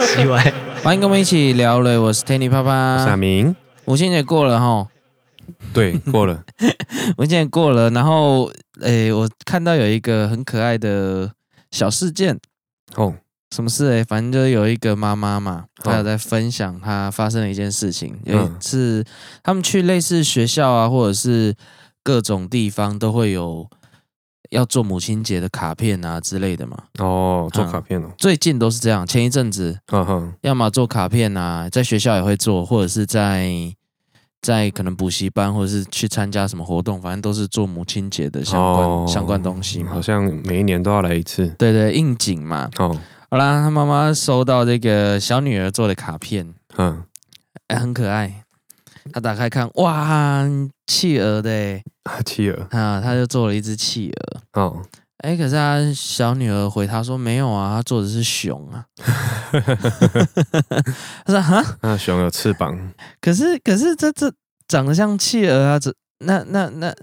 奇怪，欢迎跟我们一起聊了，我是 Tanny 啪傻啪。明，母亲节过了哈，啊对，过 了，母亲节过了，然后诶，我看到有一个很可爱的小事件，哦，什么事诶，反正就是有一个妈妈嘛，哦她有在分享她发生的一件事情，嗯有一次他们去类似学校啊，或者是各种地方都会有要做母亲节的卡片啊之类的嘛，哦，做卡片哦，最近都是这样，前一阵子哈哈，要么做卡片啊，在学校也会做，或者是在在可能补习班，或者是去参加什么活动，反正都是做母亲节的相关、哦相关东西嘛好。像每一年都要来一次，对对，应景嘛。哦，好啦，他妈妈收到这个小女儿做的卡片，嗯，哎，很可爱。她打开看，哇，企鹅的欸啊企鹅，啊，她就做了一只企鹅。哦，哎，可是她小女儿回她说没有啊，她做的是熊啊。 她说哈，那啊熊有翅膀，可是可是这这长得像企鹅啊，这那那那，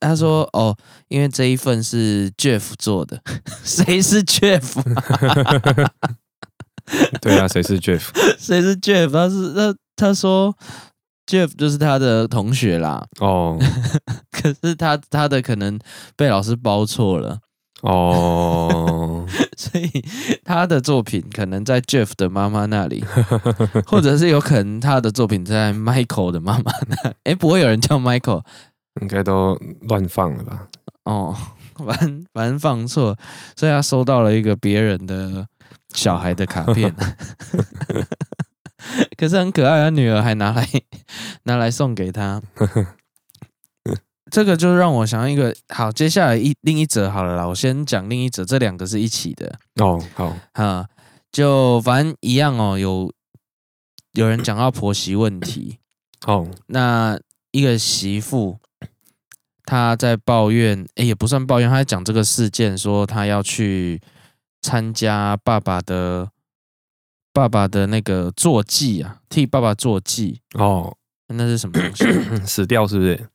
他说哦，因为这一份是 Jeff 做的， 谁是 Jeff？ 对啊，谁是 Jeff？谁是 Jeff？他是他他说 Jeff 就是他的同学啦， 哦，可是他他的可能被老师包错了， 哦，所以他的作品可能在 Jeff 的妈妈那里，或者是有可能他的作品在 Michael 的妈妈那里。哎，不会有人叫 Michael，应该都乱放了吧？哦， 反正反正放错，所以他收到了一个别人的小孩的卡片，可是很可爱，他女儿还拿来拿来送给他。这个就让我想到一个好，接下来一另一则好了啦，我先讲另一则，这两个是一起的哦，好，哈，就反正一样哦。有有人讲到婆媳问题，哦，那一个媳妇，她在抱怨，诶、也不算抱怨，她在讲这个事件，说她要去参加爸爸的爸爸的那个坐骑啊，替爸爸坐骑，哦，那是什么东西？嗯死掉是不是？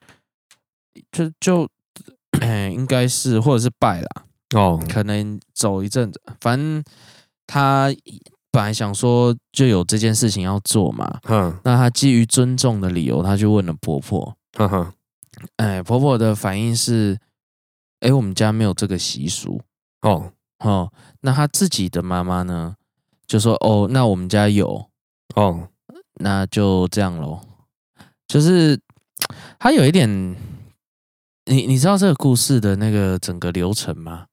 就就，诶、应该是或者是拜啦，哦，可能走一阵子，反正她本来想说就有这件事情要做嘛，哼，那她基于尊重的理由，她去问了婆婆，哈哈，哎，婆婆的反应是，哎，我们家没有这个习俗哦，哦。那她自己的妈妈呢，就说，哦，那我们家有，哦，那就这样咯。就是她有一点，你你知道这个故事的那个整个流程吗？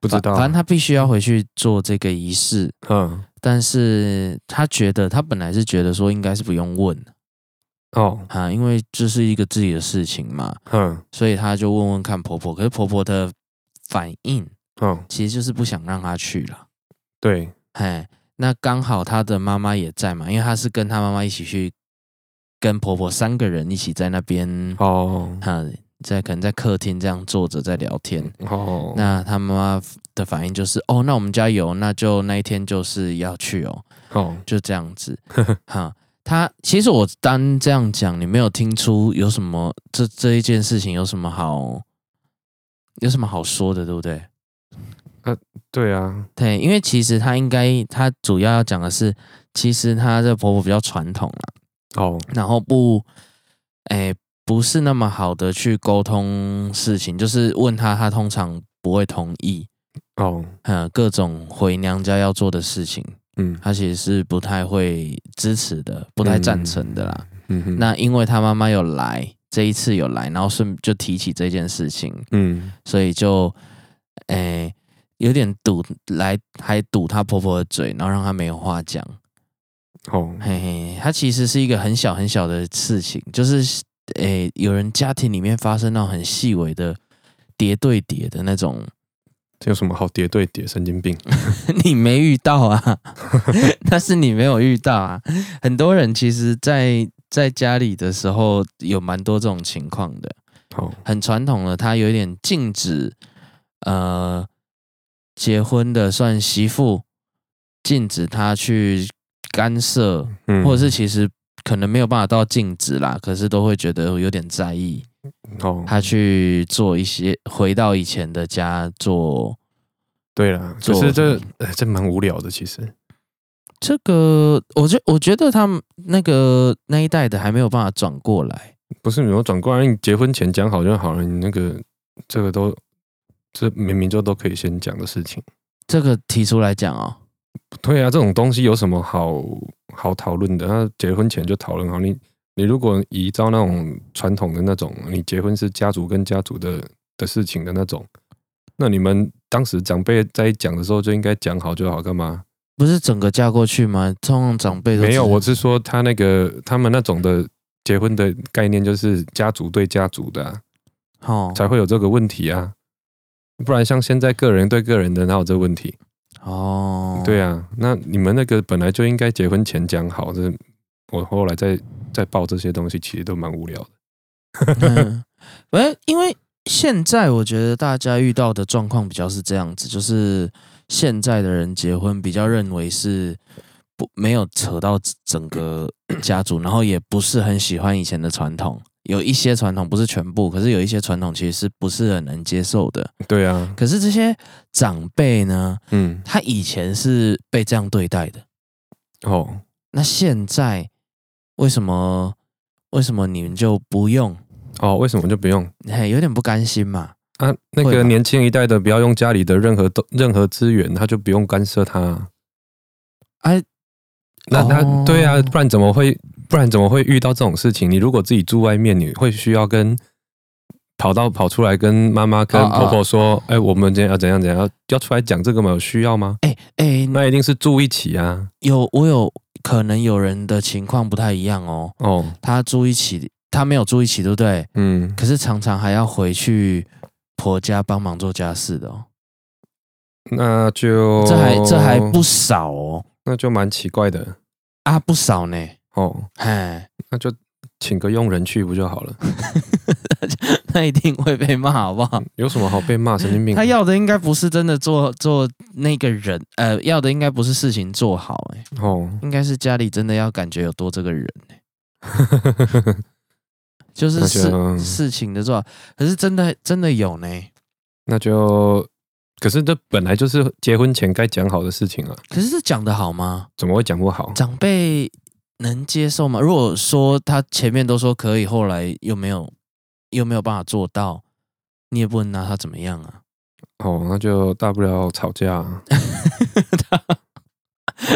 不知道反，反正她必须要回去做这个仪式，嗯，但是她觉得，她本来是觉得说应该是不用问哦，啊，因为这是一个自己的事情嘛，嗯，所以她就问问看婆婆，可是婆婆的反应。哦，其实就是不想让他去了。对，哎，那刚好他的妈妈也在嘛，因为他是跟他妈妈一起去，跟婆婆三个人一起在那边，哦，哈，在可能在客厅这样坐着在聊天。哦，那他妈妈的反应就是，哦，那我们家有，那就那一天就是要去哦，哦，就这样子， 哈。他其实我单这样讲，你没有听出有什么这这一件事情有什么好，有什么好说的，对不对？对啊，对，因为其实她应该，她主要要讲的是，其实她这婆婆比较传统啦，哦，然后不，哎，不是那么好的去沟通事情，就是问她，她通常不会同意，哦，呃，各种回娘家要做的事情，嗯她其实是不太会支持的，不太赞成的啦。嗯哼，那因为她妈妈有来，这一次有来，然后顺就提起这件事情，嗯，所以就，诶、有点堵来，还堵她婆婆的嘴，然后让她没有话讲。哦，嘿嘿，她其实是一个很小很小的事情，就是诶、有人家庭里面发生到很细微的叠对叠的那种， 这有什么好叠对叠？神经病！你没遇到啊，但是你没有遇到啊。很多人其实在在家里的时候有蛮多这种情况的。好，很传统的，他有一点禁止，呃，结婚的算媳妇，禁止他去干涉，嗯，或者是其实可能没有办法到禁止啦，可是都会觉得有点在意，哦，他去做一些回到以前的家做对啦，可做是这哎这蛮无聊的，其实这个，我觉我觉得他们那个那一代的还没有办法转过来，不是没有转过来，你结婚前讲好就好了，你那个这个都这明明就都可以先讲的事情。这个提出来讲哦。对啊，这种东西有什么好好讨论的？那结婚前就讨论好。你你如果依照那种传统的那种，你结婚是家族跟家族的的事情的那种，那你们当时长辈在讲的时候就应该讲好就好，干嘛？不是整个嫁过去吗？通常长辈都没有，只我是说他那个他们那种的结婚的概念就是家族对家族的啊、哦才会有这个问题啊。不然像现在个人对个人的，哪有这问题？哦，对啊，那你们那个本来就应该结婚前讲好，这我后来再再报这些东西，其实都蛮无聊的。嗯，喂，因为现在我觉得大家遇到的状况比较是这样子，就是现在的人结婚比较认为是不没有扯到整个家族，然后也不是很喜欢以前的传统。有一些传统不是全部，可是有一些传统其实是不是很能接受的。对啊，可是这些长辈呢，嗯，他以前是被这样对待的，哦，那现在为什么为什么你们就不用？哦，为什么就不用嘿，有点不甘心嘛。啊？那会个吧年轻一代的不要用家里的任何东任何资源，他就不用干涉他啊。哎那他、哦对啊，不然怎么会不然怎么会遇到这种事情？你如果自己住外面，你会需要跟跑到跑出来跟妈妈跟啊啊婆婆说，哎、我们今天要怎样怎样，要要出来讲这个吗？有需要吗？哎哎，那一定是住一起啊。有我有可能有人的情况不太一样哦，哦，他住一起，他没有住一起，对不对？嗯，可是常常还要回去婆家帮忙做家事的哦，嗯那就这还这还不少哦，那就蛮奇怪的啊不少呢，哦。哎，那就请个佣人去不就好了？那一定会被骂，好不好？有什么好被骂？神经 病！他要的应该不是真的做做那个人，呃，要的应该不是事情做好、哎，哦， 应该是家里真的要感觉有多这个人，就是那就事事情的做好，可是真的真的有呢，那就，可是这本来就是结婚前该讲好的事情啊，可是这讲的好吗？怎么会讲不好？长辈能接受吗？如果说他前面都说可以，后来又没有又没有办法做到，你也不能拿他怎么样啊。哦，那就大不了吵架啊，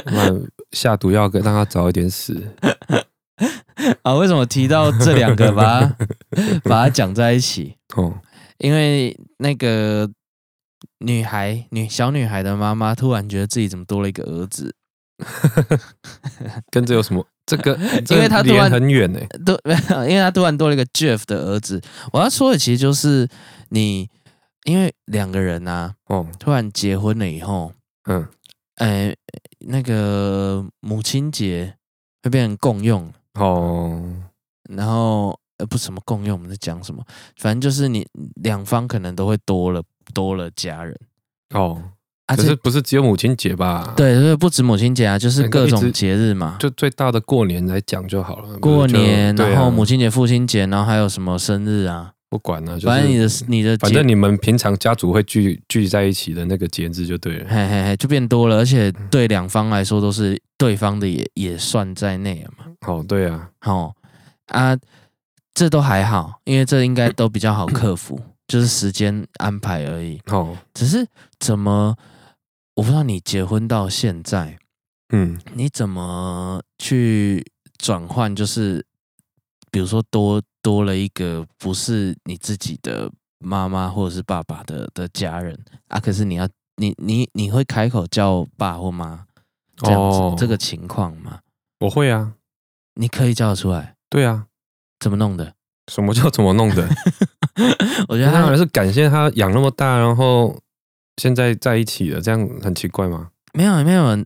那下毒药给让他早一点死。 啊，为什么提到这两个把 它把它讲在一起？哦，因为那个女孩女小女孩的妈妈突然觉得自己怎么多了一个儿子，跟这有什么？这 个，因为他这个突然离很远呢、欸。都 因为她突然多了一个 Jeff 的儿子。我要说的其实就是你，因为两个人啊，哦，突然结婚了以后，嗯，呃，那个母亲节会变成共用，哦，然后呃不是什么共用，我们在讲什么？反正就是你两方可能都会多了多了家人哦，啊，可这是不是只有母亲节吧？，对，所以不止母亲节啊，就是那个各一直种节日嘛，就最大的过年来讲就好了。过年，不是就然后母对啊、亲节、父亲节，然后还有什么生日啊，不管了、就是反正你的你的反节正你们平常家族会聚聚在一起的那个节日就对了。嘿嘿嘿，就变多了，而且对两方来说都是对方的也也算在内了嘛。哦，对啊，哦啊，这都还好，因为这应该都比较好克服，就是时间安排而已。哦，只是怎么，我不知道你结婚到现在，嗯，你怎么去转换？就是比如说多多了一个不是你自己的妈妈或者是爸爸的的家人啊，可是你要你你你会开口叫爸或妈这样子、哦这个情况吗？我会啊，你可以叫得出来，对啊，怎么弄的？什么叫怎么弄 的？我觉得那他当然是感谢他养那么大，然后现在在一起了，这样很奇怪吗？没有没有，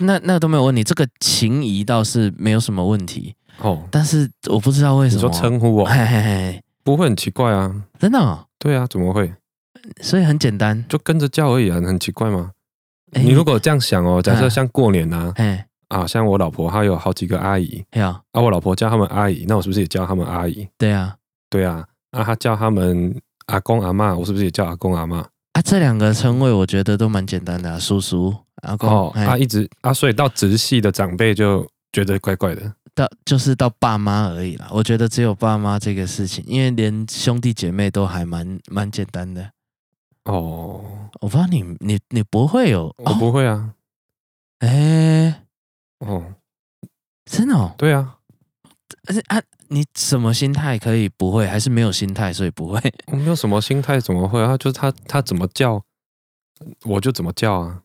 那那都没有问题，这个情谊倒是没有什么问题，哦，但是我不知道为什你么说称呼哦我嘿嘿嘿，不会很奇怪啊？真的、哦，对啊，怎么会？所以很简单。就跟着叫而已啊，很奇怪吗？哎你如果这样想哦，假设嗯像过年啊，哎，啊，像我老婆她有好几个阿姨，哎呀，啊，我老婆叫他们阿姨，那我是不是也叫他们阿姨？对啊，对啊，啊，她叫他们阿公阿妈，我是不是也叫阿公阿妈？啊，这两个称谓我觉得都蛮简单的、啊，叔叔、阿公，哦，哎啊，一直啊，所以到直系的长辈就觉得怪怪的。到就是到爸妈而已啦。我觉得只有爸妈这个事情，因为连兄弟姐妹都还蛮蛮简单的。哦，我不知道你你你不会有我哦，不会啊。哎、哦，真的哦，对啊，而且啊，你什么心态可以不会，还是没有心态所以不会？ 我没有什么心态，怎么会啊？就是他他怎么叫，我就怎么叫啊。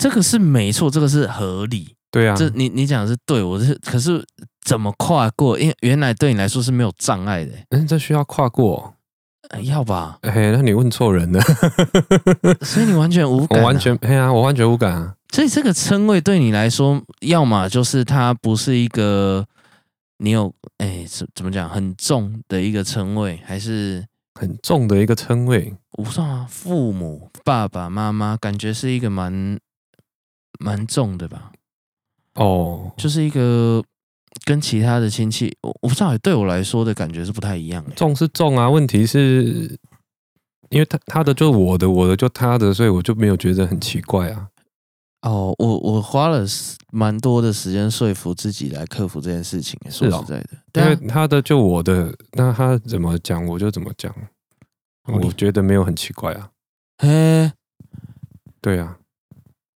这个是没错，这个是合理。对啊，这你你讲的是对，我是可是怎么跨过？因为原来对你来说是没有障碍的、嗯，这需要跨过。呃要吧？ 嘿，那你问错人了，所以你完全无感、我啊，完全嘿啊，我完全无感啊。所以这个称谓对你来说，要么就是它不是一个你有哎怎怎么讲很重的一个称谓，还是很重的一个称谓，我不知道啊，父母、爸爸妈妈，感觉是一个蛮蛮重的吧，哦，就是一个跟其他的亲戚，我我不知道，对我来说的感觉是不太一样的。欸重是重啊，问题是，因为他他的就我的，我的就他的，所以我就没有觉得很奇怪啊。哦，我我花了蛮多的时间说服自己来克服这件事情，欸说是实哦在的，因对为啊，他的就我的，那他怎么讲我就怎么讲，合理我觉得没有很奇怪啊。哎对啊，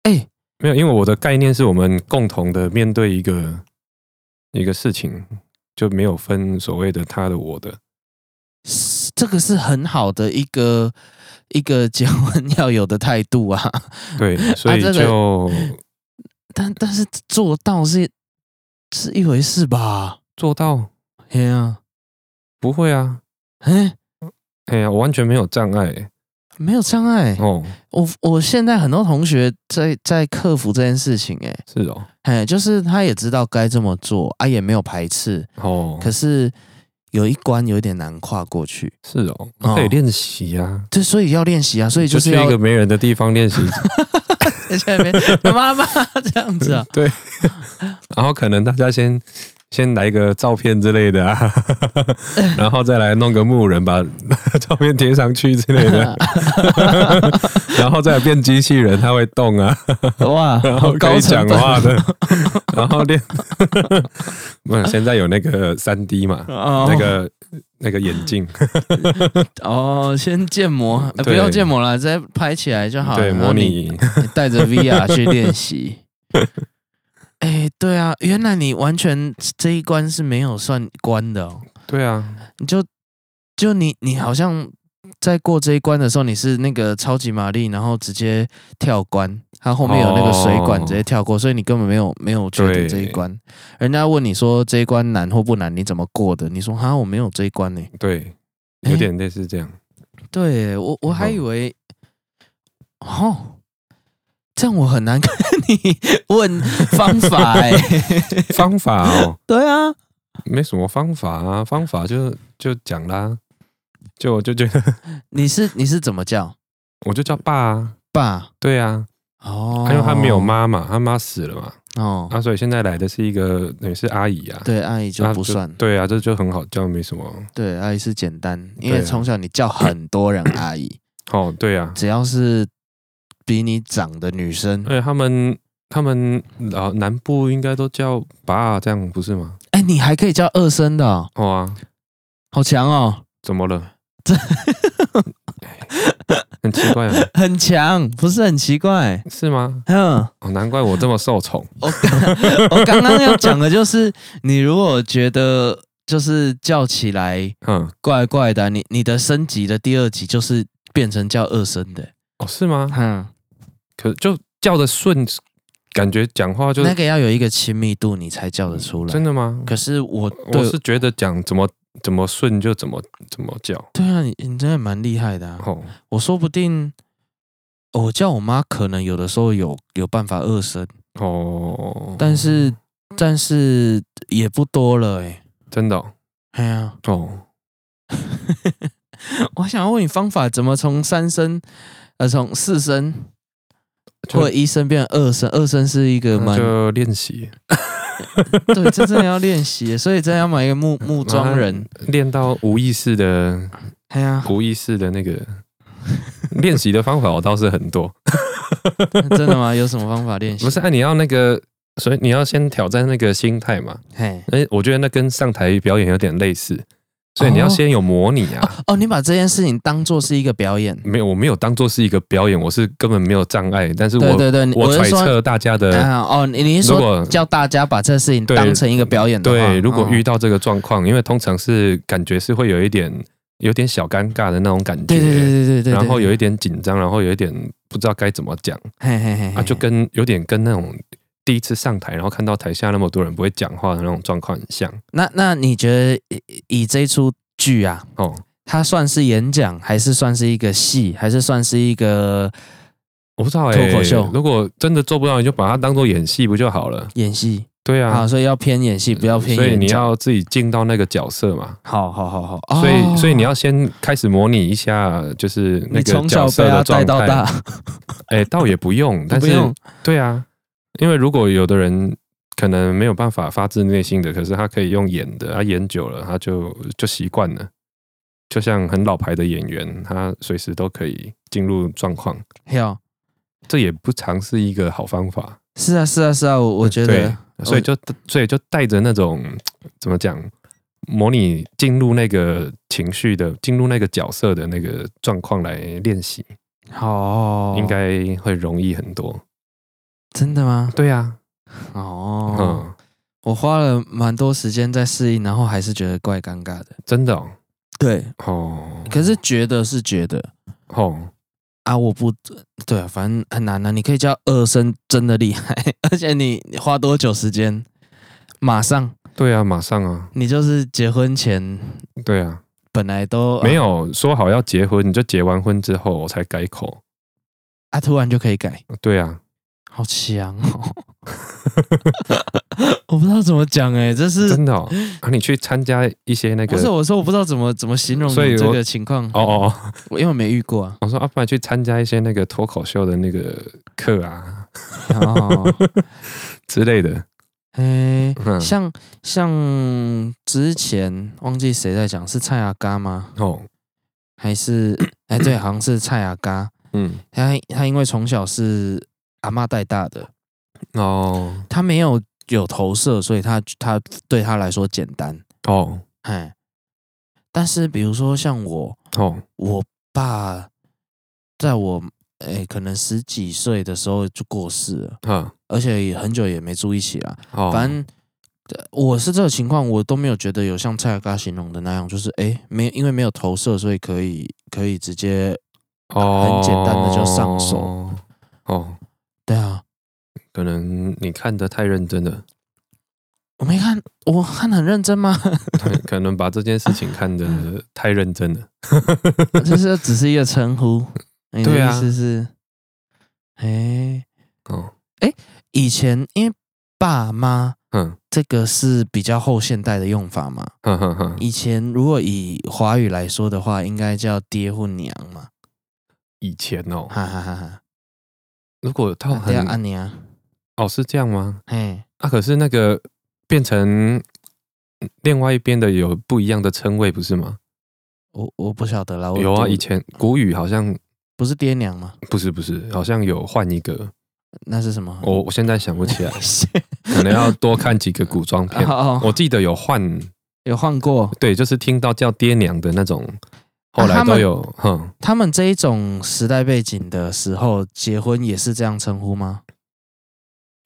哎没有，因为我的概念是我们共同的面对一个一个事情，就没有分所谓的他的我的。是这个是很好的一个一个结婚要有的态度啊， 对，所以这个就但但是做到是是一回事吧？做到嘿啊，不会啊，哎，哎呀，我完全没有障碍没有障碍。哦，我我现在很多同学在在克服这件事情、哎是哦，哎，就是他也知道该这么做啊，也没有排斥，哦，可是有一关有一点难跨过去，是哦，哦可以练习啊，这所以要练习啊，所以就就是去要一个没人的地方练习，在那边妈妈这样子啊，对， 然后可能大家先先来个照片之类的啊， 然后再来弄个木人把 照片贴上去之类的， 然后再来变机器人，它会动啊， 哇，然好后可高以成讲本话的，然后练， 不是，现在有那个三 D 嘛， 哦那个那个眼镜，哦，先建模，呃不对要建模了，直接拍起来就好了。对，然后模你拟，你 带着 VR 去练习。 哎，对啊，原来你完全这一关是没有算关的哦，对啊，你就就你你好像在过这一关的时候，你是那个超级玛丽，然后直接跳关，它后面有那个水管哦直接跳过，所以你根本没有没有确定对这一关。人家问你说这一关难或不难，你怎么过的？你说哈，我没有这一关呢、对，哎有点类似这 样。对我我还嗯以为，哦，这样我很难跟 你问方法哎、 方法哦，对啊，没什么方法啊，方法就就讲啦，就我就觉得 你是你是怎么叫我就叫爸啊，爸？对啊，哦因，为他没有妈嘛，他妈死了嘛，哦，啊，所以现在来的是一个等于是阿姨啊，对，阿姨就那不算，对啊，这就很好叫，没什么。对，阿姨是简单，因对为啊从小你叫很多人阿姨，哦，对啊，只要是比你长的女生而，且他们他们啊南部应该都叫爸啊这样不是吗？哎，你还可以叫二声的哦，哦啊，好强哦，怎么 了？这很奇怪啊，很强，不是很奇怪，是吗？嗯。哦，难怪我这么受宠。我刚 我刚刚要讲的就是，你如果觉得就是叫起来嗯，怪怪的啊、你你的升级的第二级就是变成叫二声的，哦，是吗？嗯，可就叫的顺，感觉讲话就那个要有一个亲密度，你才叫得出来。真的吗？可是我对我是觉得讲怎么怎么顺就怎么怎么叫。对啊，你你真的蛮厉害的、啊。哦，我说不定哦我叫我妈，可能有的时候有有办法二声，哦，但是但是也不多了哎、欸。真的哦，哎呀、 哦我想要问你方法，怎么从三声，呃，从四声就或者一声变成二声？二声是一个那蛮就练习 对，这真的要练习，所以真的要买一个木木桩人。练到无意识的哎呀， 无意识的那个练习的方法我倒是很多，真的吗？有什么方法练习？不是，哎、你要那个，所以你要先挑战那个心态嘛。嘿，哎、我觉得那跟上台表演有点类似，所以你要哦先有模拟啊。哦，你把这件事情当做是一个表演，没有，我没有当做是一个表演，我是根本没有障碍，但是我对对对，你我是揣说，测大家的。啊，哦，你你是如说果叫大家把这事情对当成一个表演的话，对，如果嗯遇到这个状况，因为通常是感觉是会有一点有点小尴尬的那种感觉，对对对对对对，然后对有一点紧张，然后有一点不知道该怎么讲嘿嘿嘿，啊，就嘿跟有点跟那种第一次上台，然后看到台下那么多人不会讲话的那种状况很像那那你觉得以以这出剧啊，哦。它算是演讲，还是算是一个戏，还是算是一个我不知道哎、脱口秀如果真的做不到，你就把它当做演戏不就好了？演戏？对啊好，，所以要偏演戏，不要偏所以演你讲。要自己进到那个角色嘛。好好好好，所哦以，所以你要先开始模拟一下，就是那你个从角小色被的他状带到态。大，哎，倒也不 用， 但不是用对啊，因为如果有的人可能没有办法发自内心的，可是他可以用演的，他演久了，他就就习惯了。就像很老牌的演员，他随时都可以进入状况，要这也不常是一个好方法。哦是啊是啊是啊，我我觉对得，所以就所以就带着那种怎么讲，模拟进入那个情绪的，进入那个角色的那个状况来练习，好，应该会容易很多。哦真的吗？对啊，哦，嗯，我花了蛮多时间在适应，然后还是觉得怪尴尬的。真的哦，对，哦，可是觉得是觉得哦，啊，我不对啊，反正很难啊。你可以叫二声真的厉害， 而且你你花多久时间？马上，对啊，马上啊，你就是结婚前对啊，本来都啊没有说好要结婚，你就结完婚之后我才改口。啊，突然就可以改，对啊，好强 哦！我不知道怎么讲哎、这 是真的哦，啊，你去参加一些那个不，是我说我不知道怎么怎么形容所以你我这个情况哦哦哦，我因为我没遇过啊。 我说啊，不然去参加一些那个脱口秀的那个课啊哦，之类的，哎、嗯，像像之前忘记谁在讲，是蔡阿嘎吗？哦，还是 哎、对，好像是蔡阿嘎。嗯，他他因为从小是阿嬷带大的，哦，他没有有投射，所以他他对他来说简单。哦，哎，但是比如说像我，哦，我爸在我哎、可能十几岁的时候就过世了，哈，而且也很久也没住一起了。哦，反正呃我是这个情况，我都没有觉得有像蔡阿嘎形容的那样，就是诶，没因为没有投射，所以可以可以直接很简单的就上手哦，哦，对啊，可能你看的太认真了， 我没看，我看得很认真 吗？太可能把这件事情看得太认真了。这是只是一个称 呼，你的对意啊思是，诶，哦，以前因为爸妈嗯，这个是比较后现代的用法嘛，哼哼哼，以前如果以华语来说的话，应该叫爹或娘嘛，以前哦，哈哈哈哈，如果到爹啊很娘，哦是这样吗？嘿，啊，可是那个变成另外一边的有不一样的称谓，不是吗？我我不晓得啦，我有啊，我以前古语好像不是爹娘吗？不是不是，好像有换一个，那是什么？我我现在想不起来，可能要多看几个古装片。 哦哦，我记得有换有换过。对，就是听到叫爹娘的那种，后啊来他都们有，哼，他们这一种时代背景的时候，结婚也是这样称呼吗？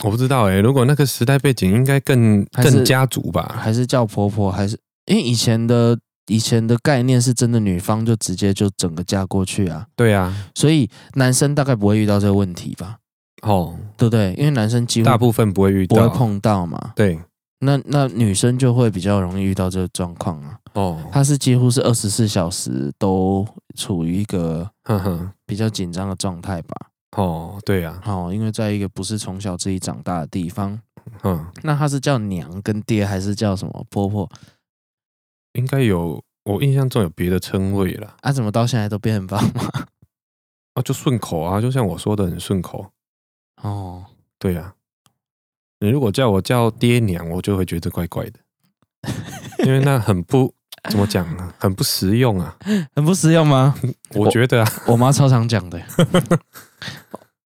我不知道哎、如果那个时代背景，应该更还是更家族吧？还是叫婆婆？还是因为以前的以前的概念是真的，女方就直接就整个嫁过去啊，对啊，所以男生大概不会遇到这个问题吧？哦，对不对？因为男生几乎大部分不会遇不会到，碰到嘛。对，那那女生就会比较容易遇到这个状况啊，哦，她是几乎是二十四小时都处于一个哼哼，比较紧张的状态吧。哦，对啊，好、因为在一个不是从小自己长大的地方，嗯，那她是叫娘跟爹，还是叫什么婆婆？应该有，我印象中有别的称谓啦，啊，怎么到现在都变很棒吗？啊，就顺口啊，就像我说的很顺口，哦，对啊，你如果叫我叫爹娘，我就会觉得怪怪的，因为那很不怎么讲，呢，很不实用啊，很不实用吗？我觉得啊， 我妈超常讲的，我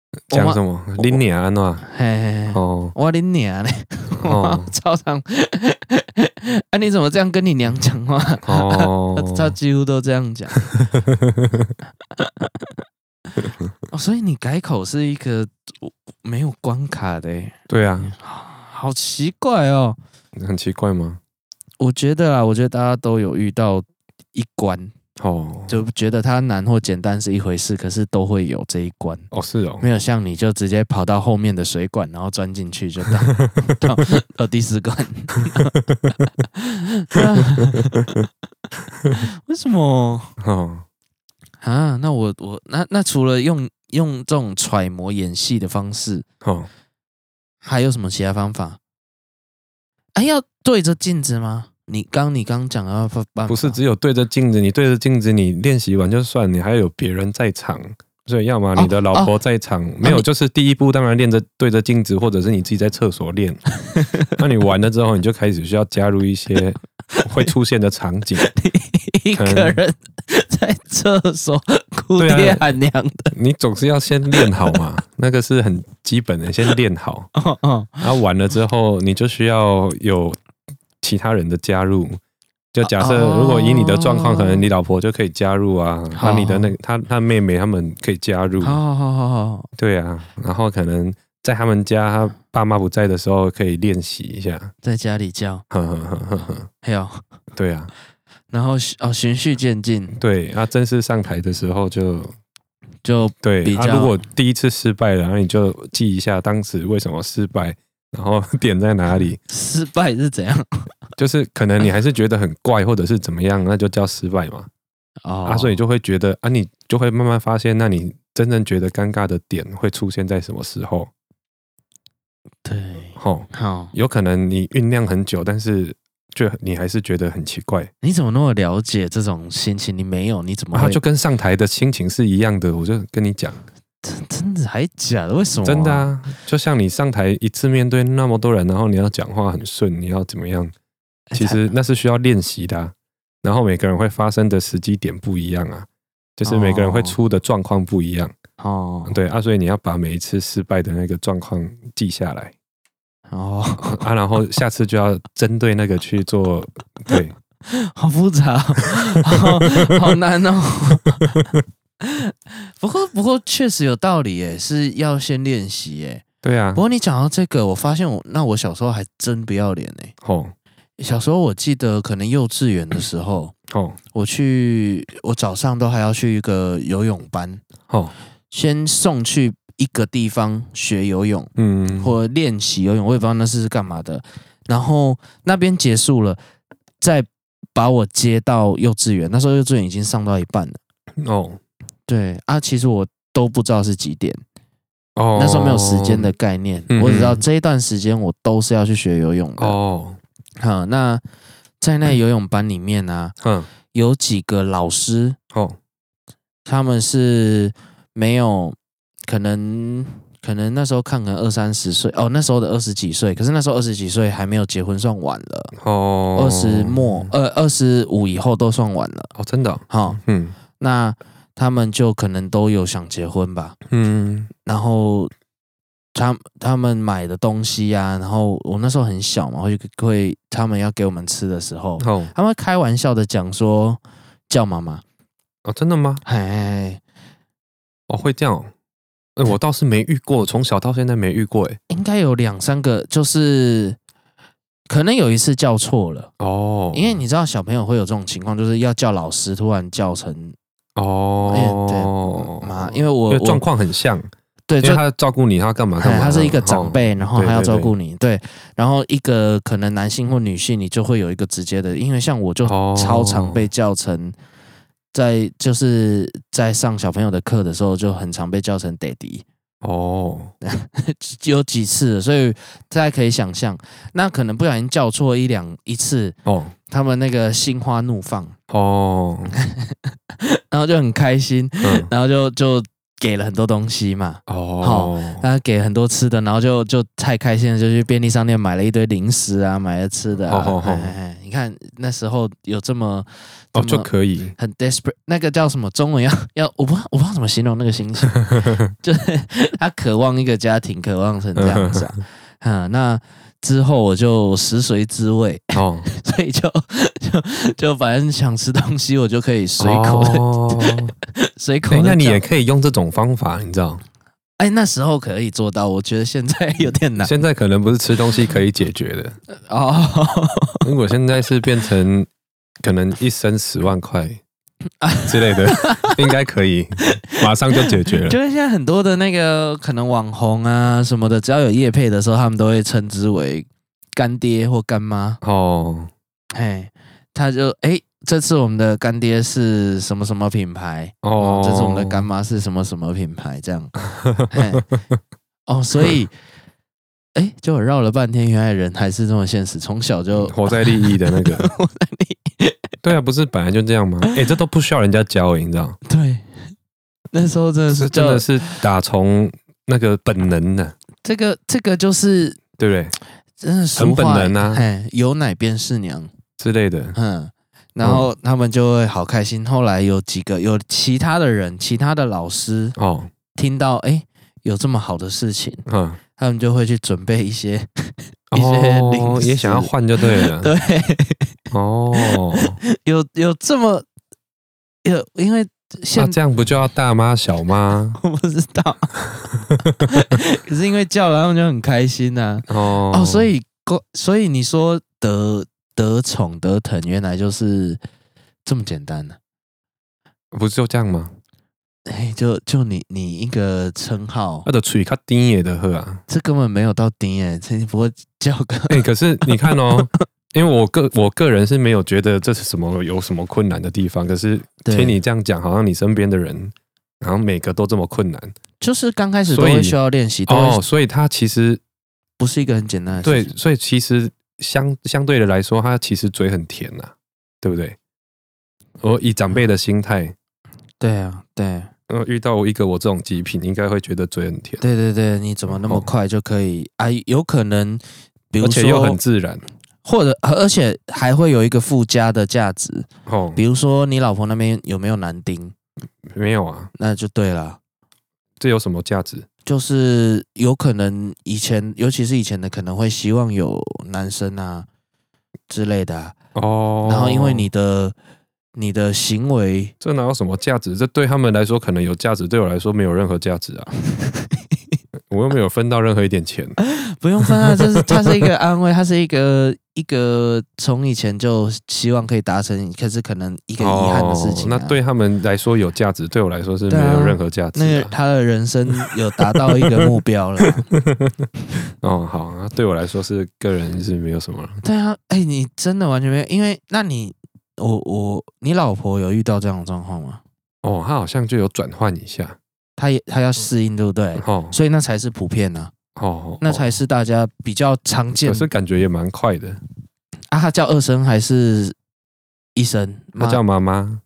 讲妈什么拎你啊，那 嘿嘿嘿，哦我你娘嘞，我妈哦超常， 啊你怎么这样跟你娘讲话？ 哦，她几乎都这 样讲。哦，所以你改口是一个没有关卡的欸，对啊，好奇怪哦。很奇怪吗？我觉得啊，我觉得大家都有遇到一关，哦就觉得它难或简单是一回事，可是都会有这一关。哦是哦，没有像你就直接跑到后面的水管，然后钻进去 就到到到第四关。对啊为什么哦啊？那我我那那除了用用这种揣摩演戏的方式，哦，还有什么其他方法？哎、要对着镜子吗？你刚你刚讲的办法不是只有对着镜子，你对着镜子，你练习完就算，你还有别人在场，所以要么你的老婆在场，没有，哦你就是第一步当然练着对着镜子，或者是你自己在厕所 练。那你完了之后，你就开始需要加入一 些会出现的场景，一可能个人 在厕所哭对啊爹喊娘的，你总是要先练好嘛，那个是很基本的，先练好。哦哦，然后完了之后，你就需要有其他人的加入。就假设哦如果以你的状况，可能你老婆就可以加入啊，好那你的那个她她妹妹他们可以加入，好好好好好，对啊。然后可能在他们家她爸妈不在的时候，可以练习一下。 在家里叫，呵呵呵呵呵，还有。对啊，然后循哦循序渐进，对啊。正式上台的时候就就对比啊。较如果第一次失败了，然后你就记一下当时为什么失败，然后 点在哪里。失败 是怎样？就是可能你还是觉得很怪，或者是怎么样，那就叫失败嘛。哦，啊，所以就会觉得啊，你就会慢慢发现，那你真正觉得尴尬的点会出现在什么时候？对，吼，好，有可能你酝酿很久，但是就你还是觉得很奇怪，你怎么那么了解这种心情？你没有，你怎么啊，会？就跟上台的心情是一样的。我就跟你讲，真真的还假的？为什么、真的，啊，就像你上台一次面对那么多人，然后你要讲话很顺，你要怎么样？哎其实那是需要练习的啊、然后每个人会发生的时机点不一样啊，就是每个人会哦出的状况不一样。他哦对啊，所以你要把每一次失败的那个状况记下来 哦，啊，然后下次就要针对那个去做。对，好复杂哦、 好好难哦。 不过不过确实有道理耶，是要先练习耶。对啊不，过你讲到这个，我发现我那我小时候还真不要脸哎。吼小时候我记得可能幼稚园的时候。吼我去，我早上都还要去一个游泳班，吼，先送去一个地方学游泳嗯，或练习游泳，我也不知道那是干嘛的。然后那边结束了，再把我接到幼稚园。那时候幼稚园已经上到一半了，哦对啊，其实我都不知道是几点，哦，那时候没有时间的概念，嗯哼我只知道这一段时间我都是要去学游泳的。哦，好，那在那游泳班里面呢、嗯，有几个老师哦他们是没有可能，可能那时候看可能二三十岁哦，那时候的二十几岁，可是那时候二十几岁还没有结婚，算晚了，哦，二十末呃二十五以后都算晚了。哦，真的哦，好、嗯那他们就可能都有想结婚吧，嗯然后。他他们买的东西呀、然后我那时候很小嘛，会会他们要给我们吃的时候，哦他们会开玩笑的讲说叫妈妈，哦，真的吗？哎，哦，会这样哦。呃我倒是没遇过，从小到现在没遇过哎。应该有两三个，就是可能有一次叫错了，哦，因为你知道小朋友会有这种情况，就是要叫老师突然叫成哎哦，妈，因为我因为状我况很像，对因就为。他照顾你，他干嘛干哎嘛？他是一个哦长辈，然后对他要对照对顾你，对然后一个可能男性或女性，你就会有一个直接的，因为像我就哦超常被叫成，在就是在上小朋友的课的时候，就很常被叫成 daddy，哦，有几次了，所以大家可以想象，那可能不小心叫错一两一次，哦他们那个心花怒放，哦，然后就很开心，嗯，然后就就给了很多东西嘛，哦，他给了很多吃的，然后就就太开心了，就去便利商店买了一堆零食啊，买了吃的、啊。哦哦哦哎哎哎你看那时候有这么哦这就么可以，很 desperate，那个叫什么中文要要，我不知道我不知道怎么形容那个心 情，就是他渴望一个家庭，渴望成这样子啊。 嗯，那之后我就食髓知味，哦，所以就就就反正想吃东西，我就可以随口、哦随口哎地叫。那你也可以用这种方法，你知道？哎，那时候可以做到，我觉得现在有点难现在可能不是吃东西可以解决的，哦。如果现在是变成可能一生十万块之类的，应该可以马上就解决了。 就是现在很多的那个可能网红啊什么的，只要有业配的时候，他们都会称之为干爹或干妈。哦，哎，他就哎、这次我们的干爹是什么什么品牌？哦哦，这次我们的干妈是什么什么品牌？这样， 嘿哦，所以，哎、就我绕了半天，原来人还是这么现实，从小就活在利益的那个， 对啊，不是本来就这样吗？哎、这都不需要人家教、欸，你知道？对，那时候真的这是真叫的是打从那个本能的、这个这个就是对不对？真的俗很本话能啊哎，有奶便是娘，之类的。嗯。然后他们就会好开心。后来有几个有其他的人，其他的老师哦，听到，哎，有这么好的事情，嗯，他们就会去准备一些 一些零哦，食也想要换就对了。 对，哦，有有这么有，因为那、现在啊这样不就要大妈小妈？ 我不知道， 可是因为叫了他们就很开心呐、哦哦，所以过所以你说得得宠得疼，原来就是这么简单呢、啊不是就这样吗？哎，就就你你一个称号那，的嘴较甜也的喝啊。这根本没有到顶哎，这不会叫个哎、可是你看 哦，因为我个我个人是没有觉得这是什么有什么困难的地方，可是听对，你这样讲，好像你身边的人，好像每个都这么困难就是刚开始都所以会需要练习，都会哦，所以他其实不是一个很简单的对事，情。所以其实相相对的来说，他其实嘴很甜呐、对不对？我以长辈的心态，对啊，对。呃，遇到一个我这种极品，应该会觉得嘴很甜，对对对，你怎么那么哦快就可以、啊？有可能，比而如且又说很，自然或者而且还会有一个附加的价值，哦。比如说你老婆那边有没有男丁，没有啊，那就对了。这有什么价值？就是有可能以前，尤其是以前的，可能会希望有男生啊之类的啊、哦，然后因为你的你的行为，这哪有什么价值？这对他们来说可能有价值，对我来说没有任何价值啊。我又没有分到任何一点钱，不用分啊，这是它是一个安慰，它是一个一个从以前就希望可以达成，可是可能一个遗憾的事情、啊哦那对他们来说有价值，对我来说是没对啊有任何价值、那个啊。他的人生有达到一个目 标了。哦，好，那对我来说是个人是没有什么了。对啊，哎、你真的完全没有，因为那你，我我，你老婆有遇到这样的状况吗？哦，他好像就有转换一下。她也她要适应，对不对？哦所以那才是普遍啊，哦哦，那才是大家比较常见可。是感觉也蛮快的。啊，她叫二声还是一声？他妈叫妈妈，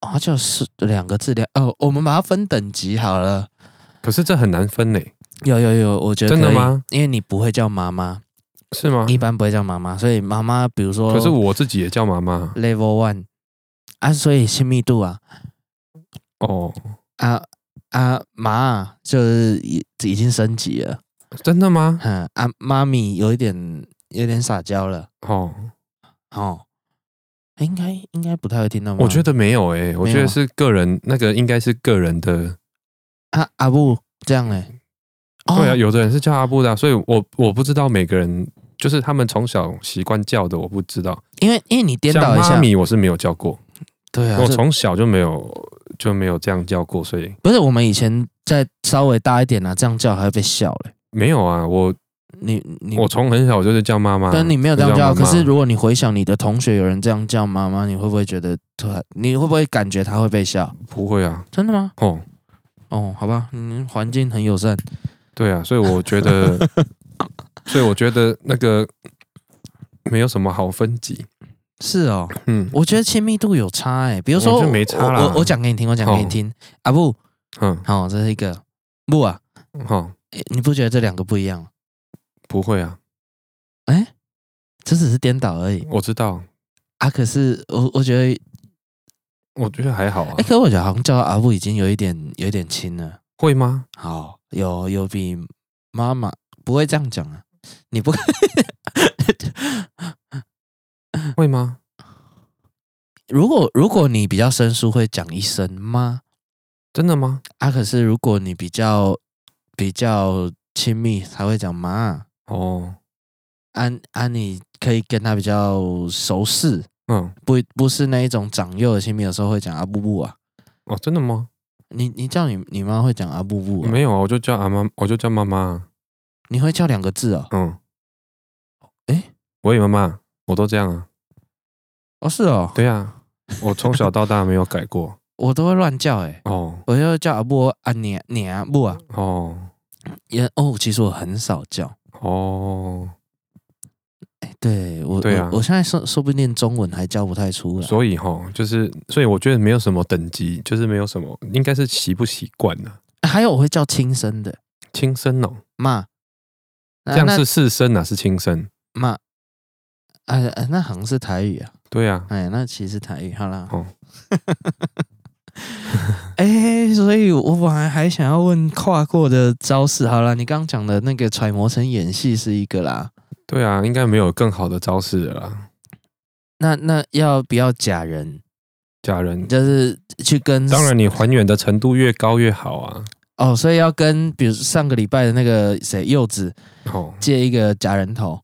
哦，她叫是两个字两哦，我们把它分等级好了。可是这很难分嘞，有有有，我觉得真的可以吗？因为你不会叫妈妈，是吗你？一般不会叫妈妈，所以妈妈，比如说，可是我自己也叫妈妈。 level one 啊，所以亲密度啊哦，啊啊妈啊就是已已经升级了，真的吗？哼啊妈咪有一点有点撒娇了哦，哦，应该应该不太会听到妈。我觉得没有诶、我觉得是个人那个应该是个人的。啊阿布这样嘞、哦对啊，有的人是叫阿布的啊、所以我我不知道每个人就是他们从小习惯叫的，我不知道。因为因为你颠倒像一妈下，咪我是没有叫过，对啊，我这从小就没有就没有这样叫过，所以不是我们以前再稍微大一点啊，这样叫还会被笑嘞、没有啊。我你你我从很小就是叫妈妈，但你没有这啊就样叫，妈妈可是如果你回想你的同学有人这样叫妈妈，你会不会觉得突然？你会不会感觉他会被笑？不会啊。真的吗？哦，哦，好吧，嗯，环境很友善，对啊，所以我觉 得，所以我觉得那个没有什么好分级。是哦。嗯，我觉得亲密度有差哎、比如说我觉得我没差啦哦我我我讲给你听，我讲给你听。啊不，嗯，好、这是一个不啊，好，诶你不觉得这两个不一样吗？不会啊，这只是颠倒而已我知道，啊。可是我我觉得，我觉得还好啊哎、，可我觉得好像叫阿布已经有一点有一点轻了。会吗？好，有有比妈妈不会这样讲啊，你不会吗？如果如果你比较生疏，会讲一声妈真的吗？啊。可是如果你比较比较亲密，才会讲妈。哦，安安，你可以跟他比较熟识，嗯，不不是那一种长幼的亲密，有时候会讲阿布布啊。哦，真的吗？你你叫你你妈会讲阿布布、啊，没有啊，我就叫阿妈，我就叫妈妈啊，你会叫两个字哦？嗯，诶我也妈妈，我都这样啊，哦是哦，对啊，我从小到大没有改过， 我都会乱叫诶、哦我就叫阿布啊你你阿布啊，哦也哦，其实我很少叫。哦，哎对我对啊我，我现在说说不定中文还叫不太出来。所以哈，就是所以我觉得没有什么等级，就是没有什么，应该是习不习惯啊，还有我会叫亲生的亲生哦，妈，那这样啊那是四声啊，是亲生，妈，哎、哎那好像是台语啊，对啊，哎、那其实台语好啦。哦 哎、所以我本来还想要问跨过的招式，好啦，你刚刚讲的那个揣摩成演戏是一个啦，对啊，应该没有更好的招式了啦，那那要不要假人？假人。就是去跟当然，你还原的程度越高越好啊。哦，所以要跟比如上个礼拜的那个谁柚子哦，借一个假 人头，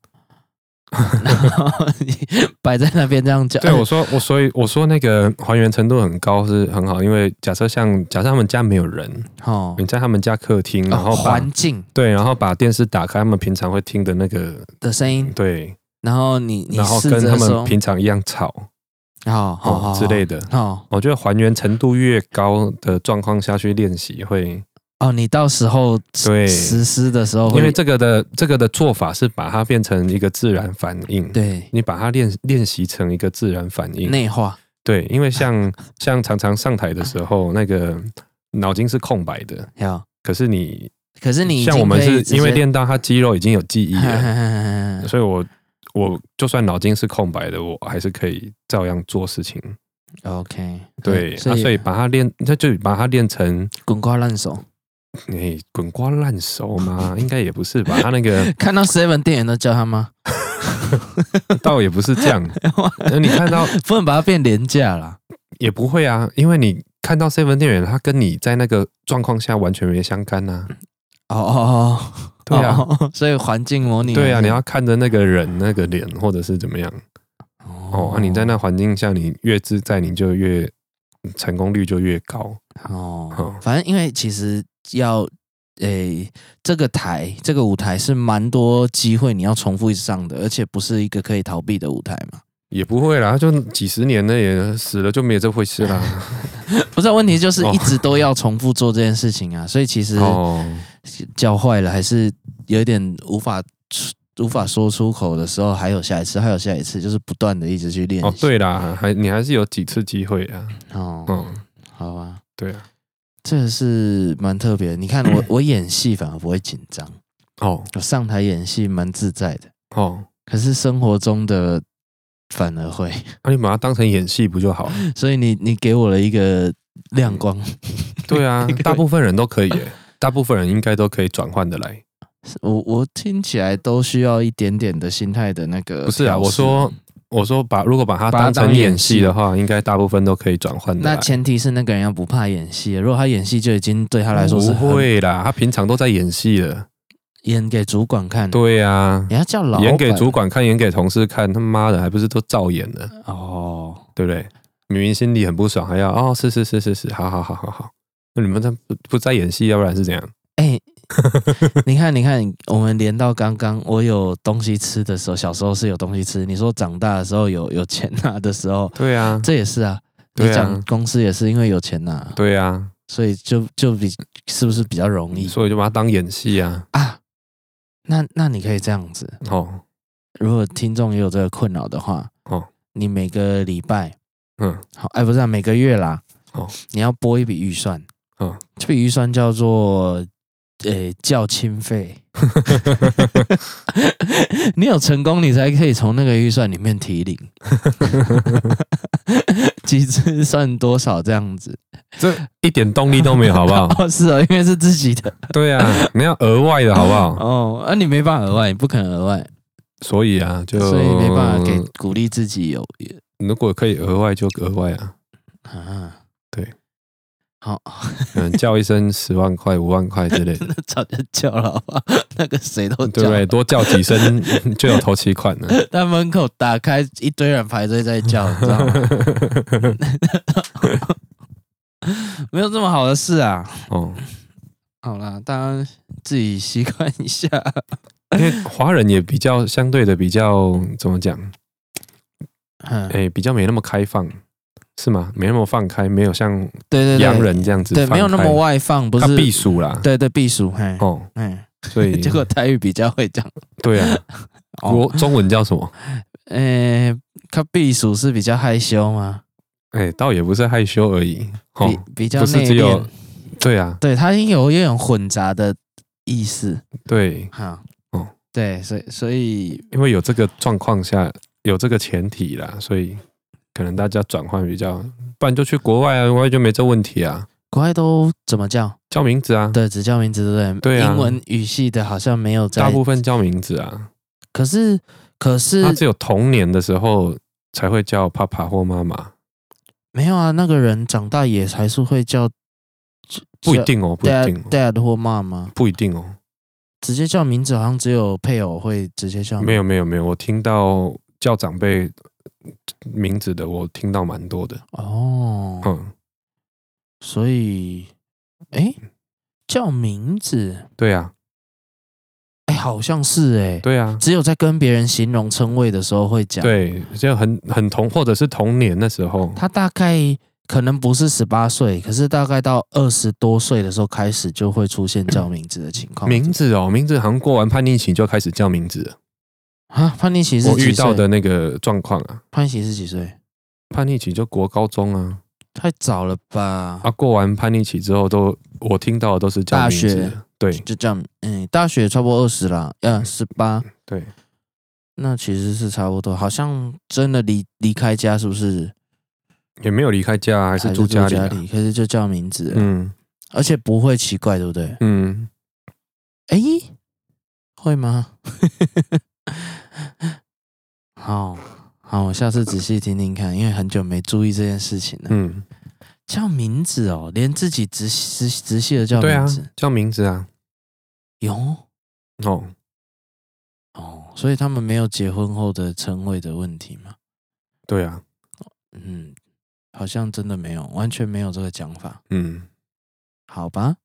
然后你摆在那边这样叫。对我说，我所以我说那个还原程度很高是很好，因为假设像假设他们家没有人，哦，你在他们家客厅，然后哦把、环境对，然后把电视打开，他们平常会听的那个的声音，对，然后你嗯你然后试跟着他说们，平常一样吵哦好好哦之类的。的，哦我觉得还原程度越高的状况下去练习会，哦，你到时候对实施的时候会，因为这个的这个的做法是把它变成一个自然反应，对你把它练练习成一个自然反应，内化对，因为像像常常上台的时候，那个脑筋是空白的，要，可是你可是你已像经我们可以是直接因为练到他肌肉已经有记忆了，嗯所以我我就算脑筋是空白的，我还是可以照样做事情。 ，OK，对，嗯所啊、所以以把它练，那就把它练成滚瓜烂熟，你滚瓜烂熟嘛，应该也不是吧？他那 个看到 Seven 店员都叫他吗？倒也不是 这样，那你看到不能把它变廉价啦。也不会啊，因为你看到 seven 店员，他跟你在那个状况下完全没相干呐、哦哦哦，对啊哦，哦所以环境模拟对啊，还是你要看着那个人那个脸，或者是怎么样哦。啊你在那环境下，你越自在，你就越成功率就越高。哦嗯， 反正因为其实要诶、这个台这个舞台是蛮多机会你要重复一直上的，而且不是一个可以逃避的舞台嘛。也不会啦，就几十年了，也死了就没有这回事 啦。不是问题，就是哦一直都要重复做这件事情啊，所以其实哦，教坏了还是有一点无法出无法说出口的时候，还有下一次，还有下一次，就是不断的一直去练习。哦，对啦，还你还是有几次机会啊。哦，嗯，好吧，对啊。这个是蛮特别的。你看 我我演戏反而不会紧张，哦我上台演戏蛮自在的。哦，可是生活中的反而会， 那、啊你把它当成演戏不就 好了？所以你你给我了一个亮光，对啊，大部分人都可以耶，大部分人应该都可以转换的来。我我听起来都需要一点点的心态的那个不调试。是啊，我说我说把如果把它把它当成当演演戏戏的话，应该大部分都可以转换的来。那前提是那个人要不怕演戏，如果他演戏就已经对他来说是不很会啦，他平常都在演戏了。演给主管看，对呀、你要叫老演给主管看，演给同事看，他妈的还不是都照演了，哦，对不对？明明心里很不爽，还要哦，是是是是是，好好好好好。那你们在不不在演戏，要不然是怎样？哎、 你看你看，我们连到刚刚我有东西吃的时候，小时候是有东西吃，你说长大的时候有有钱拿的时候，对啊，这也是啊。你对啊讲公司也是因为有钱拿、对啊，所以就就比是不是比较容易所以就把它当演戏啊。啊？那那你可以这样子，哦，如果听众也有这个困扰的话，哦，你每个礼拜，嗯，好，哎，不是、啊、每个月啦，哦，你要拨一笔预算，嗯，这笔预算叫做呃教亲费。 你有成功，你才可以从那个预算里面提领， 集资算多少这样子？这一点动力都没有，好不好？哦，是哦，因为是自己的 对啊，你要额外的好不好？哦，啊，你没办法额外，你不可能额外，所以啊，就所以没办法给鼓励自己有如果可以额外就额外啊，啊，对，好，嗯，叫一声十万块、五万块之类的，那早就叫了，好 吧？那个谁都对叫不，对？多叫几 声就有头期款了。但门口打开一堆人排队在叫，你知道吗？ 没有这么好的事啊！哦，好啦，大家自己习惯一下。 因为华人也比较相对的比较怎么讲？嗯，哎、比较没那么开放，是吗？没那么放开，没有像对对对，洋人这样子对放开，没有那么外放，不他是避暑啦。对对避暑，嘿，哦，嗯，所 以结果台语比较会讲。对啊， 哦国中文叫什么？诶、他避暑是比较害羞吗？哎、倒也不是害羞而已，哦，比比较不是内只有敛，对啊，对他有一种混杂的意思对，哈。哦对，所以所以因为有这个状况下，有这个前提啦，所以可能大家转换比较，不然就去国外啊，国外就没这问题啊，国外都怎么叫？叫名字啊，对，只叫名字，对不对？对啊英文语系的好像没有大在，部分叫名字啊，可是可是他只有童年的时候才会叫爸爸或妈妈，没有啊，那个人长大也还是会叫，不一定哦，不一叫定、哦， dad dad 或妈妈，不一定哦，直接叫名字好像只有配偶会直接叫，没有没有没有，我听到叫长辈名字的，我听到蛮多的，哦，嗯，所以诶，叫名字，对啊，诶，好像是啊诶，对啊，只有在跟别人形容称谓的时候会讲，对，就很很童或者是童年的时候，他大概可能不是十八岁，可是大概到二十多岁的时候开始就会出现叫名字的情况。名字哦，名字好像过完叛逆期就开始叫名字了。啊，叛逆期是我几遇到岁？的那个状况啊，叛逆期是几岁？叛逆期就国高中啊，太早了吧？啊，过完叛逆期之后都，我听到的都是叫名字大的。对嗯就这样，嗯，大学差不多二十啦，呃，十八，对，那其实是差不多。好像真的离离开家，是不是？也没有离开家啊，还还是住住家啊家里啊、可是就叫名字了，嗯而且不会奇怪，对不对？嗯，诶，会吗？ 好好，我下次仔细听听看，因为很久没注意这件事情了。嗯，叫名字哦，连自己直直直系的叫对啊名字，，叫名字啊，有哦，哦，所以他们没有结婚后的称谓的问题吗？对啊，嗯，好像真的没有，完全没有这个讲法，嗯，好吧？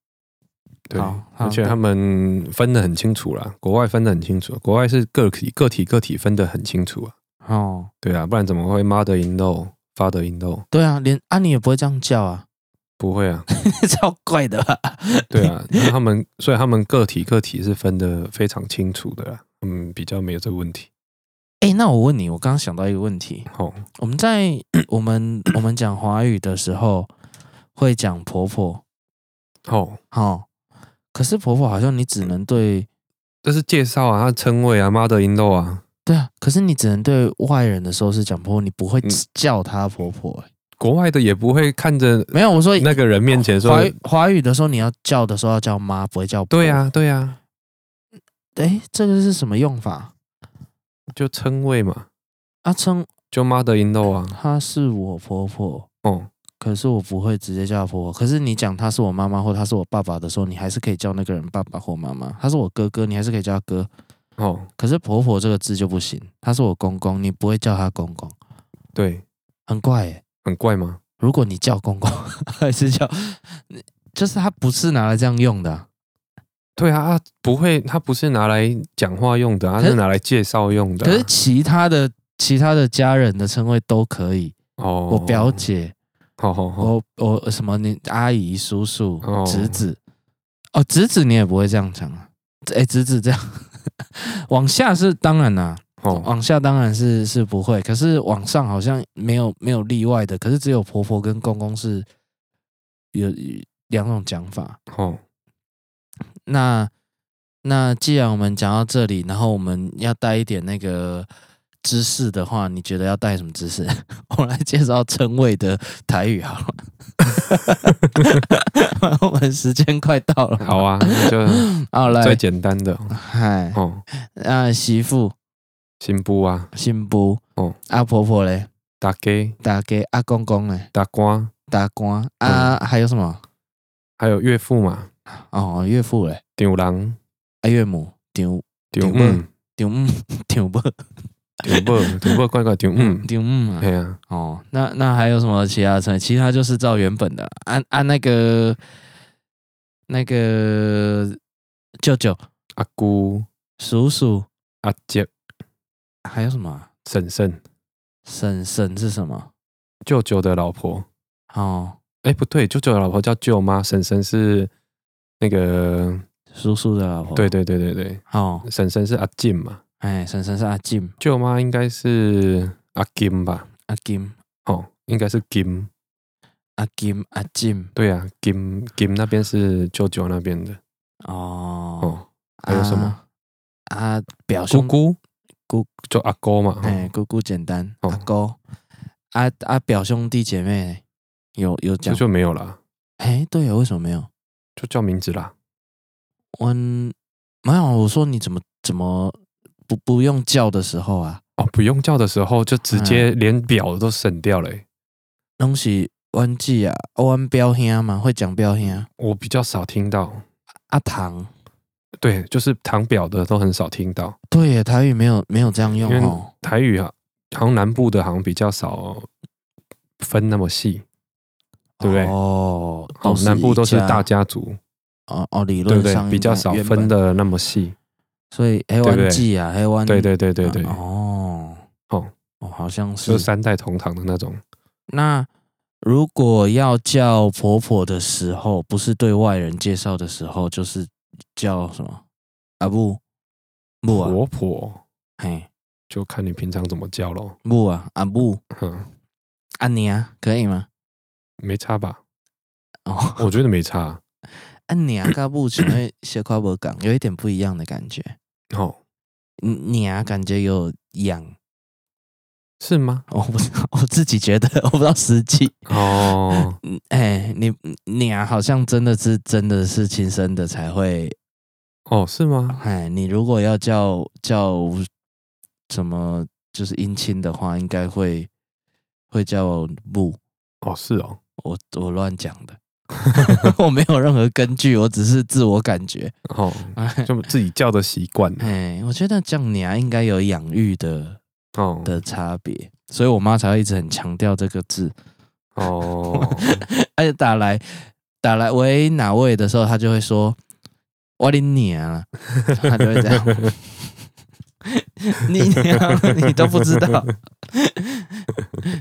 对好，好而且他们分得很清楚啦，国外分得很清楚，国外是个体个体个体分得很清楚啊，哦，对啊，不然怎么会 mother in law、father in law？对啊，连啊你也不会这样叫啊， 不会啊，超怪的吧？对啊，那他们所以他们个体个体是分得非常清楚的啦，嗯，比较没有这个问题。哎、那我问你，我刚刚想到一个问题，好，我们在 我们我们讲华语的时候会讲婆婆，好，好、可是婆婆好像你只能对这是介绍啊，他称谓啊，mother in law 啊，对啊，可是你只能对外人的时候是讲婆婆，你不会嗯叫她婆婆、欸。国外的也不会看着没有，我说嗯那个人面前说华，语华语的时候，你要叫的时候要叫妈，不会叫婆。对啊，对啊，哎、这个是什么用法？就称谓嘛，啊，称就 mother in law 啊，她是我婆婆，哦，可是我不会直接叫她婆婆。可是你讲她是我妈妈或她是我爸爸的时候，你还是可以叫那个人爸爸或妈妈。她是我哥哥，你还是可以叫他哥。哦，可是婆婆这个字就不行，她是我公公，你不会叫她公公，对，很怪耶、很怪吗？如果你叫公公还是叫，就是他不是拿来这样用的啊、对啊，啊不会，他不是拿来讲话用的啊，可他是是拿来介绍用的啊。可是其他的其他的家人的称谓都可以，哦，我表，姐，好好好，我我什么你阿姨、叔叔、哦侄子，哦，侄子你也不会这样讲啊。哎，侄子这样， 往下是当然啦、哦，往下当然是是不会，可是往上好像没有没有例外的，可是只有婆婆跟公公是有两种讲法。哦，那那既然我们讲到这里，然后我们要带一点那个知识的话，你觉得要带什么知识？ 我来介绍称谓的台语好了。 我们时间快到了，好 啊，那就好最来，简单的嗨，哦，那媳妇、新布啊，新妇、哦阿婆婆嘞，大家大家阿公公嘞，大官，大官啊，还有什么？还有岳父嘛，哦，岳父嘞，丈人、啊岳母，嗯丈丈丈母母、丈 母丈母丈 母、丈母，快快丈母，丈母啊哎。呀，哦，那那还有什么其他的称谓？其他就是照原本的啦，按按那个那个舅舅、阿姑、叔叔，阿姐、还有什么啊婶婶、婶婶是什么？舅舅的老婆，哦，哎，不对，舅舅的老婆叫舅妈，婶婶是那个，叔叔的老婆。对，对对对对，哦，婶婶是阿静嘛，哎，婶婶是阿金，舅妈应该是阿金吧，阿金，哦，应该是金，阿金，阿金。对啊，金金那边是舅舅那边的，哦，哦，还有什么啊？啊，表姑兄姑姑就阿姑嘛，哦哎，姑姑简单，哦阿哥，啊啊，表兄弟姐妹有有这讲？就没有啦，哎，对啊，为什么没有？就叫名字啦，嗯，没有，我说你怎么怎么不不用叫的时候啊，哦，不用叫的时候就直接连表都省掉了欸、拢是阮姐啊，啊阮表兄嘛，会讲表兄我比较少听到，阿堂，对，就是堂表的都很少听到，对耶，台语没有没有这样用因为哦，台语啊，好像南部的好像比较少分那么细，对不对哦，哦都，是南部都是一家大家族，哦哦，理对论不上对？比较应该少原分本，的那么细，所以黑对不对湾记啊，黑湾对对对对对，哦哦哦，好像嗯就是是三代同堂的那种，那。如果要叫婆婆的时候，不是对外人介绍的时候，就是叫什么阿布布啊，婆婆嘿，就看你平常怎么叫咯，不啊，阿不哼，阿娘可以吗？没差 吧？哦，我觉得没差，阿娘跟不只会斜跨不港，有一点不一样的感觉。哦，嗯娘感觉有痒，是 吗？我不知道，我自己觉得，我不知道实际。哦，嗯，哎，你娘好像真的是真的是亲生的才会。哦，是吗？哎，你如果要叫叫什么就是姻亲的话，应该会会叫不。哦，是哦，我我乱讲的，我没有任何根据，我只是自我感觉。哦，就自己叫的习 惯哎，我觉得这样娘应该有养育的哦的差别，所以我妈才会一直很强调这个字。哦，而且哎打来打来喂哪位的时候，她就会说“我的娘啊”，她就会这样。 你娘，啊你都不知道，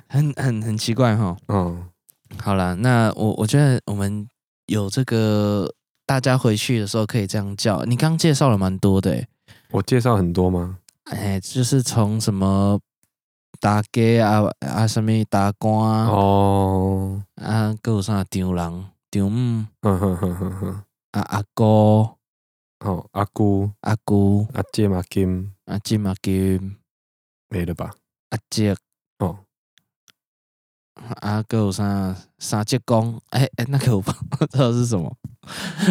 很很很奇怪哈。嗯，好啦，那我我觉得我们有这个，大家回去的时候可以这样叫。你刚介绍了蛮多的、欸，我介绍很多吗？哎，就是从什么打鸡啊啊，什么打官嗯啊，哦，啊，还有啥丈人、丈母 哼哼哼哼哼，啊，阿哥、哦，阿姑、阿姑、阿姐、阿金啊，金阿金、没了吧？阿叔，哦，啊，还有啥啥叔公，哎哎，那个我不知道是什么，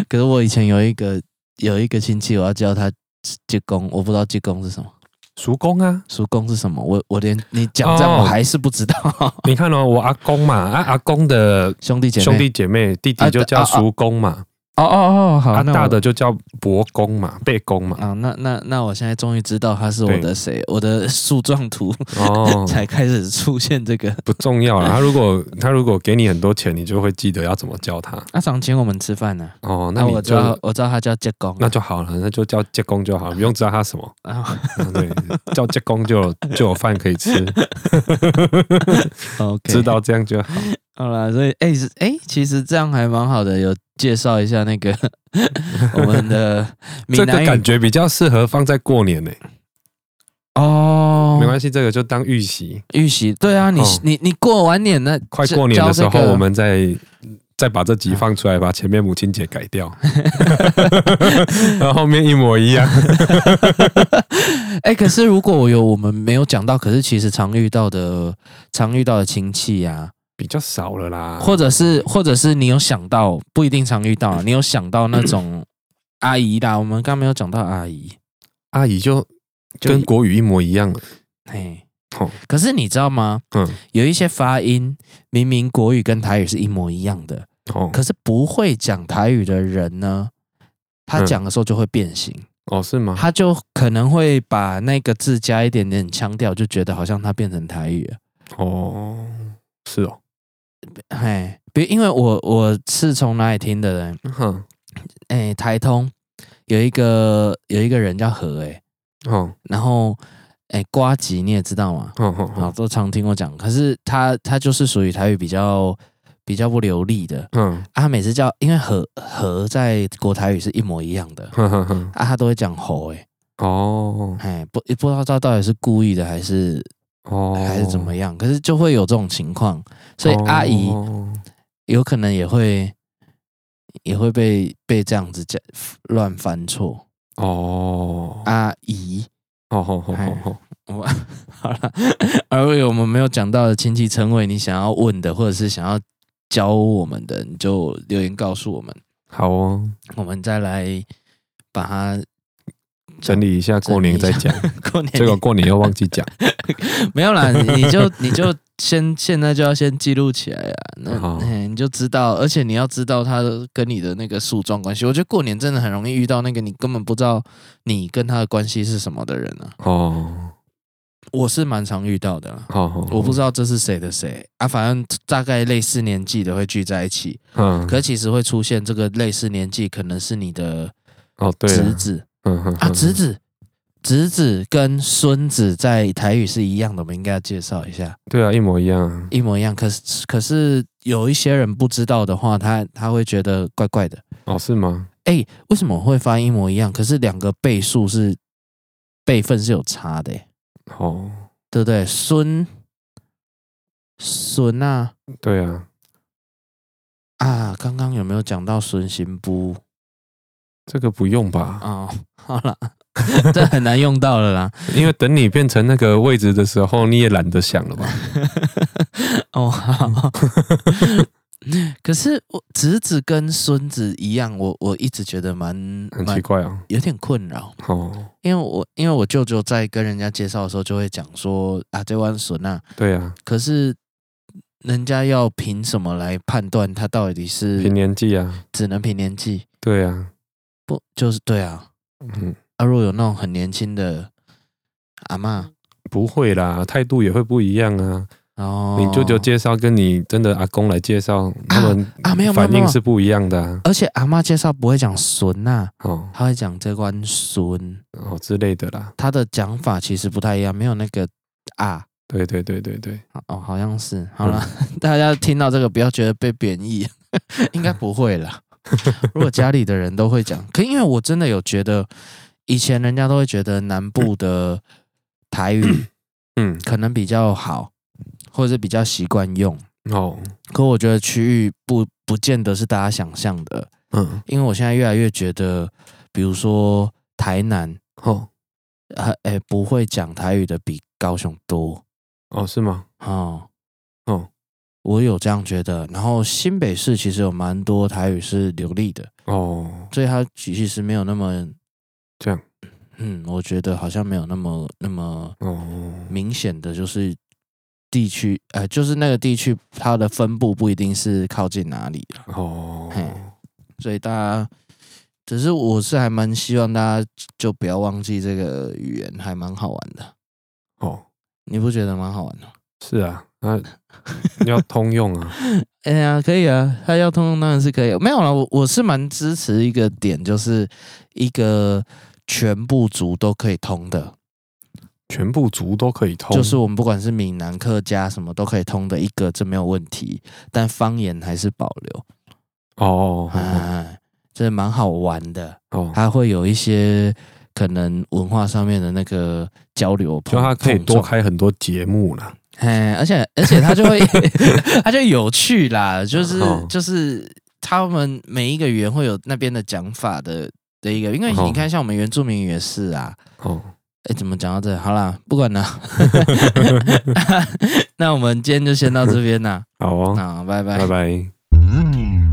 可是我以前有一个有一个亲戚，我要叫他叔公，我不知道叔公是什么，叔公啊，叔公是什么，我我连你讲这样哦我还是不知道， 你看哦，我阿公嘛，啊，阿公的兄弟姐妹，兄弟姐妹弟弟就叫叔公嘛，哦哦哦，好，啊那我大的就叫伯公嘛，贝公嘛，啊，那那那我现在终于知道他是我对的谁，我的树状图哦，才开始出现这个。不重要了。 他如果他如果给你很多钱，你就会记得要怎么叫他。他常请我们吃饭呢、哦，那那你啊我知就道我知道他叫杰公，那就好了，那就叫介公就好了，不用知道他什么。 然后嗯对，叫介公就有就有饭可以 吃， OK 知道这样就好。好啦，所以哎是哎、其实这样还蛮好的，有介绍一下 那个我们的闽这个南感语觉比较适合放在过年呢、哦，没关系，这个就当预习。预习对啊，你、哦你你过完年那快这过年的时教这候，个我们再再把这集放出来，把前面母亲节改 掉，然后后面一模一样。哎、可是如果我有我们没有讲到，可是其实常遇到的常遇到的亲戚呀、比较少了啦，或者是或者是你有想到，不一定常遇到啊，你有想到那种阿姨啦，我们刚没有讲到阿姨，阿姨就就跟国语一模一样了。嘿哦，可是你知道吗？嗯，有一些发音明明国语跟台语是一模一样的，哦可是不会讲台语的人呢，他嗯讲的时候就会变形。哦，是吗？他就可能会把那个字加一点点腔调，就觉得好像他变成台语了。哦，是哦，嘿，比如因为我我是从哪里听的人，哼，哎、台通有一个有一个人叫何哎、哦，然后哎、瓜吉你也知道嘛，哦，哦，好哦，都常听我讲，可是他他就是属于台语比较比较不流利的，嗯，啊，他每次叫因为何何在国台语是一模一样的。哼哼哼，啊，他都会讲吼哎、哦，哎，不不知道他到底是故意的还是哦，还是怎么样，可是就会有这种情况，所以阿姨哦有可能也会也会被被这样子讲乱翻错。哦，阿姨，哦哦哦哦哦，我 好了，而我们没有讲到的亲戚称谓，你想要问的或者是想要教我们的，你就留言告诉我们，好哦，我们再来把它 整理一下过年再讲，过年结果过年又忘记讲。没有啦，你你就你就先现在就要先记录起来啊，那好嘿你就知道，而且你要知道他跟你的那个树状关系。我觉得过年真的很容易遇到那个你根本不知道你跟他的关系是什么的人啊，哦，我是蛮常遇到的、啊。好好，我不知道，道这是谁的谁啊，反正大概类似年纪的会聚在一起，嗯，可其实会出现这个类似年纪，可能是你的哦，对侄了，子嗯哼啊，哼侄子、侄子跟孙子在台语是一样的，我们应该要介绍一下。对啊，一模一样，一模一样。可是可是有一些人不知道的话，他他会觉得怪怪的。哦，是吗？哎，为什么会发音一模一样？可是两个倍数是辈分是有差的，欸哦，对不对？孙孙啊对啊，啊，刚刚有没有讲到孙行不？这个不用吧？哦，好了， 这很难用到了啦。因为等你变成那个位置的时候，你也懒得想了吧？ 哦，好。可是我侄子跟孙子一样，我我一直觉得蛮很蛮奇怪啊。有点困扰。哦，因为我因为我舅舅在跟人家介绍的时候就会讲说啊，这湾笋啊，对啊，可是人家要凭什么来判断他到底凭是年纪啊，只能凭年纪？对啊，不就是对啊？嗯，啊，如果有那种很年轻的阿嬷，不会啦，态度也会不一样啊。然后你舅舅介绍跟你真的阿公来介绍，他们哦啊没有没有反没有应，是不一样的啊。而且阿嬷介绍不会讲笋呐、哦她会讲这关笋，哦之类的啦，她的讲法其实不太一样，没有那个啊。对对对对对，哦，好像是。好了， 大家听到这个不要觉得被贬义， 应该不会啦。如果家里的人都会讲，可因为我真的有觉得，以前人家都会觉得南部的台语嗯，可能比较好，或者是比较习惯用。哦，可我觉得区域不不见得是大家想象的，嗯，因为我现在越来越觉得，比如说台南，哦呃，哎、不会讲台语的比高雄多。哦是吗？哦，哦，我有这样觉得。然后新北市其实有蛮多台语是流利的，哦，所以它其实没有那么这样， 嗯，我觉得好像没有那么那么哦，明显的就是地区，呃，就是那个地区它的分布不一定是靠近哪里啦嘿哦，所以大家。只是我是还蛮希望大家就不要忘记这个语言，还蛮好玩的，哦，你不觉得蛮好玩的吗？是啊，那要通用啊， 哎呀，可以啊，他要通通当然是可以。没有了，我我是蛮支持一个点，就是一个全部族都可以通的，全部族都可以通，就是我们不管是闽南、客家什么都可以通的一个，这没有问题。但方言还是保 留，哦哦哎，这蛮好玩的，哦，哦它会有一些可能文化上面的那个交流碰，就他可以碰多撞，开很多节目啦。哎，而且 而且他就会他就有趣啦，就是哦就是他们每一个语言会有那边的讲法的的一个，因为哦你看像我们原住民也是啊，哦，哎，怎么讲到这？好啦， 不管 了，那我们今天就先到这边啦，好哦，啊，拜拜拜。拜。